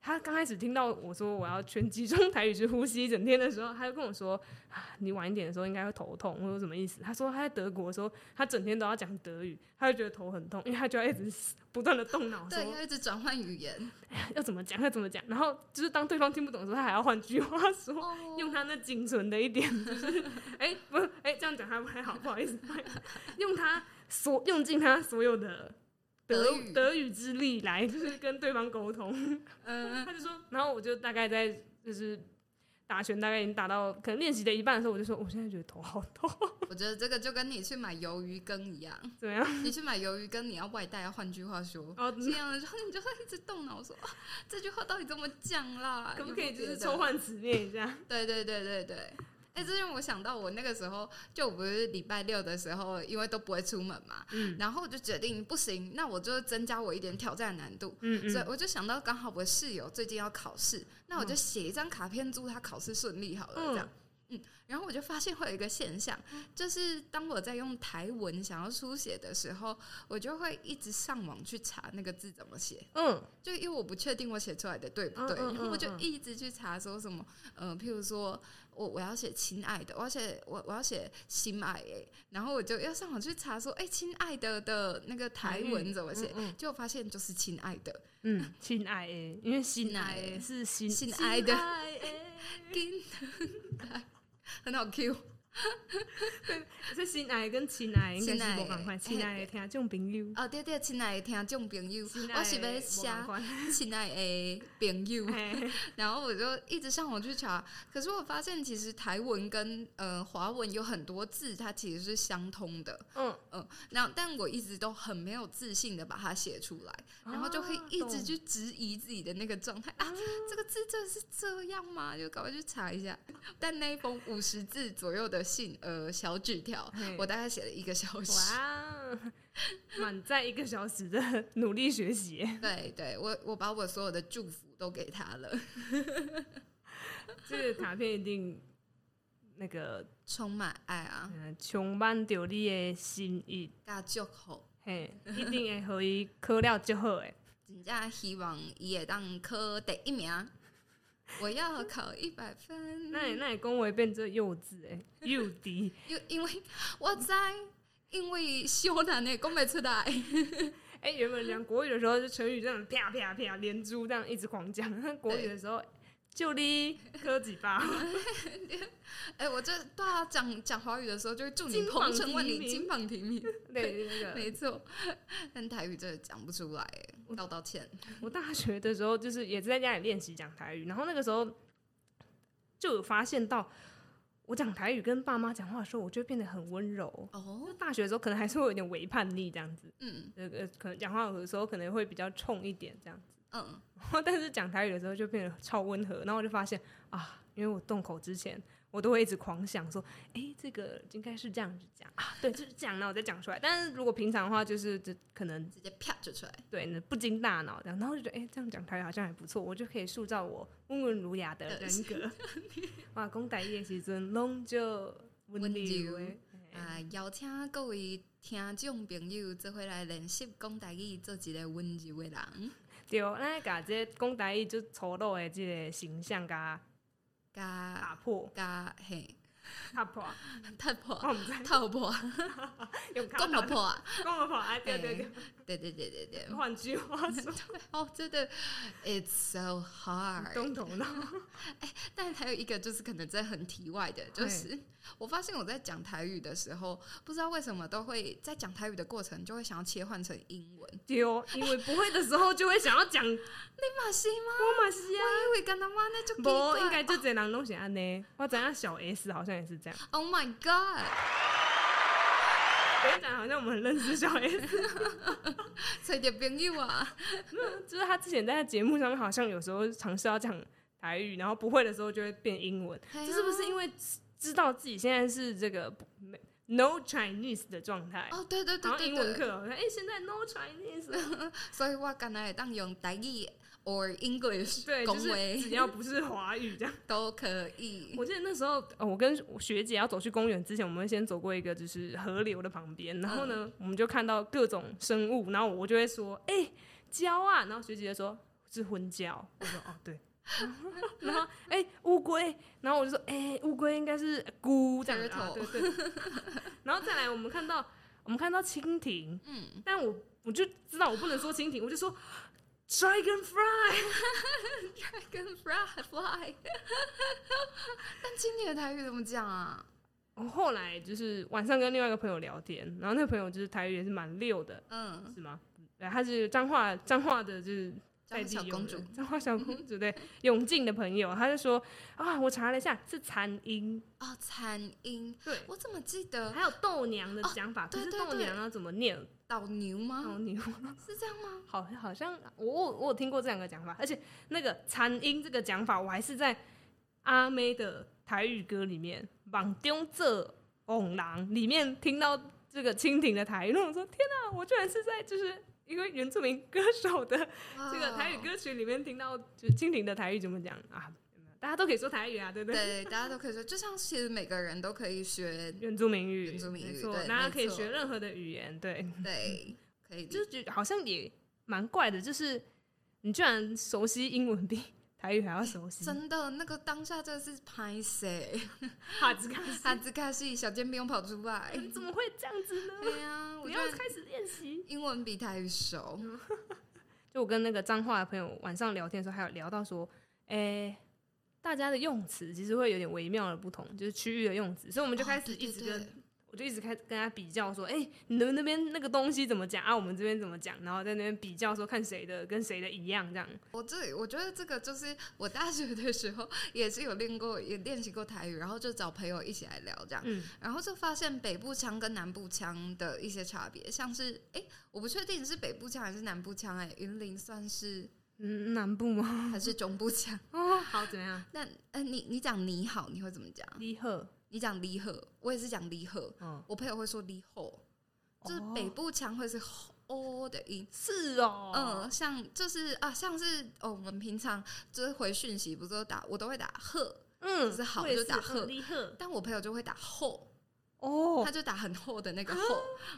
[SPEAKER 1] 她刚开始听到我说我要全集中台语去呼吸一整天的时候，她就跟我说：“啊，你晚一点的时候应该会头痛。”我说什么意思？她说她在德国的时候，她整天都要讲德语，她就觉得头很痛，因为她就要一直 *laughs* 不断的动脑，说
[SPEAKER 2] 对，要一直转换语言，
[SPEAKER 1] *laughs* 要怎么讲，要怎么讲。然后就是当对方听不懂的时候，她还要换句话说，
[SPEAKER 2] 哦
[SPEAKER 1] 用他那仅存的一点， *laughs* 就是哎、不哎、这样讲他不太好，不好意思，不好意思用他所用尽他所有的德
[SPEAKER 2] 德语
[SPEAKER 1] 德语之力来，就是跟对方沟通。
[SPEAKER 2] 嗯
[SPEAKER 1] 他就说，然后我就大概在就是打拳大概已经打到可能练习的一半的时候，我就说我现在觉得头好痛， *laughs*
[SPEAKER 2] 我觉得这个就跟你去买鱿鱼羹一样，
[SPEAKER 1] 怎么样？
[SPEAKER 2] 你去买鱿鱼羹，你要外带，换句话说。
[SPEAKER 1] 然后
[SPEAKER 2] 这样的时候你就会一直动脑，说、啊、这句话到底怎么讲啦？
[SPEAKER 1] 可不可以就是
[SPEAKER 2] 抽
[SPEAKER 1] 抽
[SPEAKER 2] 换？
[SPEAKER 1] 换词面一下？
[SPEAKER 2] 对对对对对。哎、这让我想到我那个时候，就我不是礼拜六的时候，因为都不会出门嘛，
[SPEAKER 1] 嗯
[SPEAKER 2] 然后我就决定不行，那我就增加我一点挑战难度。
[SPEAKER 1] 嗯
[SPEAKER 2] 所以我就想到，刚好我室友最近要考试，那我就写一张卡片祝他考试顺利好了，
[SPEAKER 1] 嗯
[SPEAKER 2] 这样。嗯，然后我就发现会有一个现象，就是当我在用台文想要书写的时候，我就会一直上网去查那个字怎么写，
[SPEAKER 1] 嗯
[SPEAKER 2] 就因为我不确定我写出来的对不
[SPEAKER 1] 嗯
[SPEAKER 2] 对，
[SPEAKER 1] 嗯
[SPEAKER 2] 然后我
[SPEAKER 1] 嗯
[SPEAKER 2] 就
[SPEAKER 1] 嗯
[SPEAKER 2] 一直去查说什么，呃，譬如说我我要写亲爱的，我要写我我要写心爱哎，然后我就要上网去查说，哎、亲爱的的那个台文怎么写，
[SPEAKER 1] 嗯
[SPEAKER 2] 结果发现就是亲爱的，
[SPEAKER 1] 嗯，亲爱的，因为心爱的是心
[SPEAKER 2] 亲爱的
[SPEAKER 1] 亲爱的 *laughs*
[SPEAKER 2] 金很好 Q，
[SPEAKER 1] 所以心爱跟亲爱应该
[SPEAKER 2] 亲爱
[SPEAKER 1] 是
[SPEAKER 2] 的
[SPEAKER 1] 无共款，亲爱的听众朋友，
[SPEAKER 2] 哦对对，亲爱的听众朋友，
[SPEAKER 1] 亲
[SPEAKER 2] *laughs* 我是要
[SPEAKER 1] 爱的无
[SPEAKER 2] 写
[SPEAKER 1] 共
[SPEAKER 2] *laughs*
[SPEAKER 1] 款嗯
[SPEAKER 2] 亲爱的
[SPEAKER 1] *laughs*
[SPEAKER 2] 朋友。
[SPEAKER 1] 嘿
[SPEAKER 2] 然后我就一直上网去查，可是我发现其实台文跟呃华文有很多字它其实是相通的，
[SPEAKER 1] 嗯，
[SPEAKER 2] 嗯，那但我一直都很没有自信的把它写出来，
[SPEAKER 1] 啊
[SPEAKER 2] 然后就会一直去质疑自己的那个状态啊这个字真的是这样吗？就赶快去查一下。但那一封五十字左右的信，呃，小纸条，我
[SPEAKER 1] 我
[SPEAKER 2] 大概写了一个小时。
[SPEAKER 1] 哇，满载一个小时的努力学习， *laughs*
[SPEAKER 2] 对对，我我把我所有的祝福都给他了， *laughs*
[SPEAKER 1] 这个卡片一定那个
[SPEAKER 2] 充满爱啊，
[SPEAKER 1] 嗯，充满着你的心意，
[SPEAKER 2] 加祝福。 *laughs*
[SPEAKER 1] 嘿，一定会互伊考了就好诶。
[SPEAKER 2] 真正希望伊会当考第一 *laughs* 名。啊我要考一百分。
[SPEAKER 1] 那你那你讲话变做幼稚诶，幼稚。
[SPEAKER 2] 因因为我知，因为小难的讲不出来。 *laughs*
[SPEAKER 1] 哎、原本讲国语的时候，就成语这样啪啪啪连珠这样一直狂讲；国语的时候，就你磕几巴， *laughs*
[SPEAKER 2] 哎、我这对啊，讲讲华语的时候就会祝你
[SPEAKER 1] 金榜
[SPEAKER 2] 鹏程万
[SPEAKER 1] 题
[SPEAKER 2] 里，
[SPEAKER 1] 名
[SPEAKER 2] 金榜题名。 *laughs*
[SPEAKER 1] 对那个。
[SPEAKER 2] 没错，但台语真的讲不出来，道道歉。
[SPEAKER 1] 我大学的时候，就是也是在家里练习讲台语，然后那个时候就有发现到，我讲台语跟爸妈讲话的时候，我就会变得很温柔。
[SPEAKER 2] 哦，
[SPEAKER 1] 大学的时候可能还是会有点伪叛逆这样子，
[SPEAKER 2] 嗯
[SPEAKER 1] 呃呃，可能讲话有的时候可能会比较冲一点这样子，
[SPEAKER 2] 嗯，
[SPEAKER 1] 然后 *laughs* 但是讲台语的时候就变得超温和，然后我就发现啊，因为我动口之前，我都会一直狂想说，哎、这个应该是这样子讲 *laughs* 啊，对，就是这样，然后我再讲出来。但是如果平常的话，就是这可能
[SPEAKER 2] 直接啪就出来。
[SPEAKER 1] 对那不经大脑这样，然后就觉得哎、诶这样讲台语好像还不错，我就可以塑造我温文儒雅的人格。哇，讲台语的时阵，拢就温柔
[SPEAKER 2] 温柔
[SPEAKER 1] 的。哎
[SPEAKER 2] 啊，邀请各位听众朋友，做伙来练习讲台语，做一个温柔的人，
[SPEAKER 1] 对，咱甲这讲台语就丑陋的这个形象甲
[SPEAKER 2] 加
[SPEAKER 1] 打破，
[SPEAKER 2] 加嘿，
[SPEAKER 1] 打破，
[SPEAKER 2] 突破
[SPEAKER 1] 我唔知
[SPEAKER 2] 透破，
[SPEAKER 1] *laughs* 用
[SPEAKER 2] *laughs* 讲不
[SPEAKER 1] 打，
[SPEAKER 2] 破啊！
[SPEAKER 1] 讲不破，哎，对对对，
[SPEAKER 2] 对对对对对，
[SPEAKER 1] 换句话说，
[SPEAKER 2] 哦，真的，it's so hard。
[SPEAKER 1] 动头
[SPEAKER 2] *laughs*
[SPEAKER 1] 脑，
[SPEAKER 2] 但还有一个就是可能真的很题外的，就
[SPEAKER 1] 嘿
[SPEAKER 2] 是我发现我在讲台语的时候，不知道为什么都会在讲台语的过程就会想要切换成英文。
[SPEAKER 1] 对，因为不会的时候就会想要
[SPEAKER 2] *laughs*
[SPEAKER 1] 讲，我
[SPEAKER 2] 马西吗？
[SPEAKER 1] 嘛是啊，
[SPEAKER 2] 我以为跟他妈那就奇
[SPEAKER 1] 无
[SPEAKER 2] 怪
[SPEAKER 1] 应该就这人拢是安尼，我知影小 S 好像也是这样，
[SPEAKER 2] Oh my God！
[SPEAKER 1] 我跟你讲好像我们很认识小 S，
[SPEAKER 2] *laughs* 所以点朋友啊，
[SPEAKER 1] 就是她之前在节目上面好像有时候尝试要讲台语，然后不会的时候就会变英文，
[SPEAKER 2] 啊哎
[SPEAKER 1] 这是不是因
[SPEAKER 2] 为？
[SPEAKER 1] 为知道自己现在是这个不没 no Chinese 的状态？
[SPEAKER 2] 哦，对对
[SPEAKER 1] 然
[SPEAKER 2] 对
[SPEAKER 1] 后英文
[SPEAKER 2] 对对，
[SPEAKER 1] 课，我说哎，现在 no Chinese
[SPEAKER 2] *laughs*
[SPEAKER 1] 了。
[SPEAKER 2] 所以我刚才当用台语 or English
[SPEAKER 1] 对，
[SPEAKER 2] 恭
[SPEAKER 1] 就是
[SPEAKER 2] 维
[SPEAKER 1] 只要不是华语这样。
[SPEAKER 2] 都可以。
[SPEAKER 1] 我记得那时候，呃我跟学姐要走去公园之前，我们先走过一个就是河流的旁边，然后呢，我们就看到各种生物，然后我就会说，哎、礁啊，然后学姐就说是婚礁，我说哦对。 *laughs* 然后，哎、乌龟，然后我就说，哎、乌龟应该是菇这样子、啊，对
[SPEAKER 2] Turtle
[SPEAKER 1] 对。 *laughs* 然后再来，我们看到，我们看到蜻蜓，
[SPEAKER 2] 嗯，
[SPEAKER 1] 但我我就知道我不能说蜻蜓，我就说 dragonfly，
[SPEAKER 2] 跟 fly fly，但今年的台语怎么讲啊？
[SPEAKER 1] 我后来就是晚上跟另外一个朋友聊天，然后那个朋友就是台语也是蛮溜的，
[SPEAKER 2] 嗯，
[SPEAKER 1] 是吗？对，他是彰化彰化的，就是在
[SPEAKER 2] 彰化
[SPEAKER 1] 地
[SPEAKER 2] 小
[SPEAKER 1] 友
[SPEAKER 2] 公
[SPEAKER 1] 人
[SPEAKER 2] 主，
[SPEAKER 1] 彰化小公主对永靖的朋友，他就说啊，我查了一下是蚕莺，
[SPEAKER 2] 哦，蚕莺，
[SPEAKER 1] 对，
[SPEAKER 2] 我怎么记得
[SPEAKER 1] 还有豆娘的讲法，可
[SPEAKER 2] 哦对
[SPEAKER 1] 是
[SPEAKER 2] 对
[SPEAKER 1] 豆
[SPEAKER 2] 对嗯
[SPEAKER 1] 娘要怎么念？
[SPEAKER 2] 倒牛
[SPEAKER 1] 豆
[SPEAKER 2] 吗？
[SPEAKER 1] 牛
[SPEAKER 2] 是这样吗？
[SPEAKER 1] 好像好像我我我有听过这两个讲法，而且那个残音这个讲法，我还是在阿妹的台语歌里面《网丢这翁郎》里面听到这个蜻蜓的台语，然后我说天哪、我居然是在就是一个原住民歌手的这个台语
[SPEAKER 2] 哇哦，
[SPEAKER 1] 歌曲里面听到，就是蜻蜓的台语怎么讲啊？大家都可以说台语啊，对不对？
[SPEAKER 2] 对，大家都可以说，就像其实每个人都可
[SPEAKER 1] *laughs*
[SPEAKER 2] 以学，
[SPEAKER 1] 原住民语，
[SPEAKER 2] 原住民语
[SPEAKER 1] 没错，
[SPEAKER 2] 对
[SPEAKER 1] 大家可以
[SPEAKER 2] 没错
[SPEAKER 1] 学任何的语言，对。
[SPEAKER 2] 对，可以理
[SPEAKER 1] 就觉得好像也蛮怪的，就是你居然熟悉英文比台语还要熟悉，
[SPEAKER 2] 真的，那个当下真的是拍谁？
[SPEAKER 1] 哈子卡
[SPEAKER 2] *laughs* 哈
[SPEAKER 1] 斯，
[SPEAKER 2] 兹卡西小尖兵又跑出来。
[SPEAKER 1] 你 *laughs* 怎么会这样子呢？
[SPEAKER 2] 对呀，我
[SPEAKER 1] 你
[SPEAKER 2] 觉
[SPEAKER 1] 要
[SPEAKER 2] 得
[SPEAKER 1] 开始练习。
[SPEAKER 2] 英文比台语熟。
[SPEAKER 1] 就我跟那个彰化的朋友晚上聊天的时候，还有聊到说，诶、大家的用词其实会有点微妙的不同，就是区域的用词，所以我
[SPEAKER 2] 我
[SPEAKER 1] 们就开始一直跟、
[SPEAKER 2] 哦对对
[SPEAKER 1] 我就一直开始跟他比较说，哎、你们那边那个东西怎么讲啊？我们这边怎么讲？然后在那边比较说看谁的跟谁的一样，这样
[SPEAKER 2] 我这我觉得这个就是我大学的时候也是有练过，也练习过台语，然后就找朋友一起来聊这样，
[SPEAKER 1] 嗯
[SPEAKER 2] 然后就发现北部腔跟南部腔的一些差别，像是哎、我不确定是北部腔还是南部腔、哎，云林算是
[SPEAKER 1] 嗯，南部吗？
[SPEAKER 2] 还是中部 *laughs* 腔？
[SPEAKER 1] 哦，好，怎么样？
[SPEAKER 2] 那呃，你你讲你好，你会怎么讲？
[SPEAKER 1] 离鹤，
[SPEAKER 2] 你讲离合，我也是讲离合，
[SPEAKER 1] 嗯，
[SPEAKER 2] 我朋友会说离后，就是
[SPEAKER 1] 哦
[SPEAKER 2] 北部腔会是吼哦的音。
[SPEAKER 1] 是哦，
[SPEAKER 2] 嗯，像就是啊，像是哦，我们平常就是回讯息，不是都打，我都会打呵，
[SPEAKER 1] 嗯
[SPEAKER 2] 就是好
[SPEAKER 1] 我也
[SPEAKER 2] 就打
[SPEAKER 1] 是
[SPEAKER 2] 赫
[SPEAKER 1] 嗯立赫
[SPEAKER 2] 但我朋友就会打厚，
[SPEAKER 1] 哦啊哦
[SPEAKER 2] 他，就打很厚的那个厚，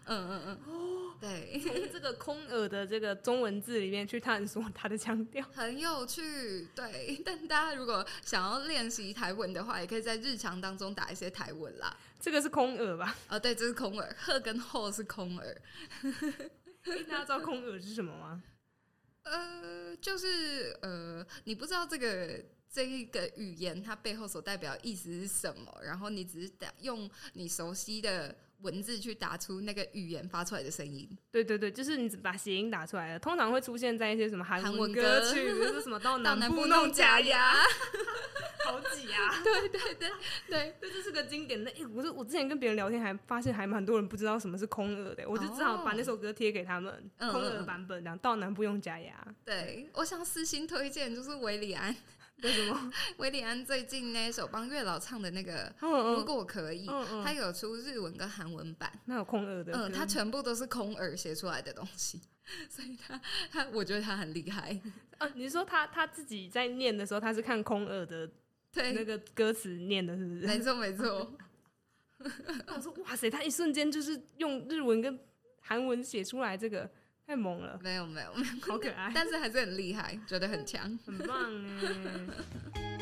[SPEAKER 2] 嗯嗯嗯，对， *laughs*
[SPEAKER 1] 从这个空耳的这个中文字里面去探索它的腔调。
[SPEAKER 2] 很有趣，对。但大家如果想要练习台文的话，也可以在日常当中打一些台文啦。
[SPEAKER 1] *laughs* 这个是空耳吧？
[SPEAKER 2] 啊、对，这是空耳，呵跟厚是空耳，
[SPEAKER 1] 大家知道空耳是什么吗？
[SPEAKER 2] 呃，就是呃，你不知道这个。这一个语言它背后所代表的意思是什么？然后你只是打用你熟悉的文字去打出那个语言发出来的声音。
[SPEAKER 1] 对对对，就是你只把谐音打出来了，通常会出现在一些什么韩
[SPEAKER 2] 韩
[SPEAKER 1] 文
[SPEAKER 2] 文
[SPEAKER 1] 歌
[SPEAKER 2] 歌
[SPEAKER 1] 曲，比如说什么到
[SPEAKER 2] 到
[SPEAKER 1] 南
[SPEAKER 2] 南部
[SPEAKER 1] 弄
[SPEAKER 2] 弄假
[SPEAKER 1] 牙，
[SPEAKER 2] 牙， *laughs*
[SPEAKER 1] 好挤 *laughs* 啊！
[SPEAKER 2] 对对对 *laughs* 对，
[SPEAKER 1] 对，这是个经典的。哎，我就我之前跟别人聊天还发现还蛮多人不知道什么是空耳的，我就只好把那首歌贴给他们，
[SPEAKER 2] 嗯
[SPEAKER 1] 空
[SPEAKER 2] 嗯
[SPEAKER 1] 耳
[SPEAKER 2] 嗯
[SPEAKER 1] 版本，然后到南部用假
[SPEAKER 2] *laughs*
[SPEAKER 1] 牙。
[SPEAKER 2] *laughs* 对，我想私心推荐就是韦礼安，
[SPEAKER 1] 为什么？
[SPEAKER 2] 韦礼安最近那一首帮月老唱的那个
[SPEAKER 1] 嗯
[SPEAKER 2] 《如
[SPEAKER 1] 嗯
[SPEAKER 2] 果我可以》，
[SPEAKER 1] 嗯嗯，
[SPEAKER 2] 他有出日文跟韩文版，
[SPEAKER 1] 那有空耳的歌，
[SPEAKER 2] 嗯，他全部都是空耳写出来的东西，所以他他我觉得他很厉害，
[SPEAKER 1] 啊，你是说他他自己在念的时候，他是看空耳的那
[SPEAKER 2] 对，
[SPEAKER 1] 个歌词念的，是不是？*laughs*
[SPEAKER 2] 哎没错没错，
[SPEAKER 1] 我说哇塞，他一瞬间就是用日文跟韩文写出来，这个太猛
[SPEAKER 2] *laughs*
[SPEAKER 1] 了，
[SPEAKER 2] 没有没有没有，
[SPEAKER 1] 好可爱，
[SPEAKER 2] 但是还是很厉害，觉得很强。
[SPEAKER 1] 很棒哎！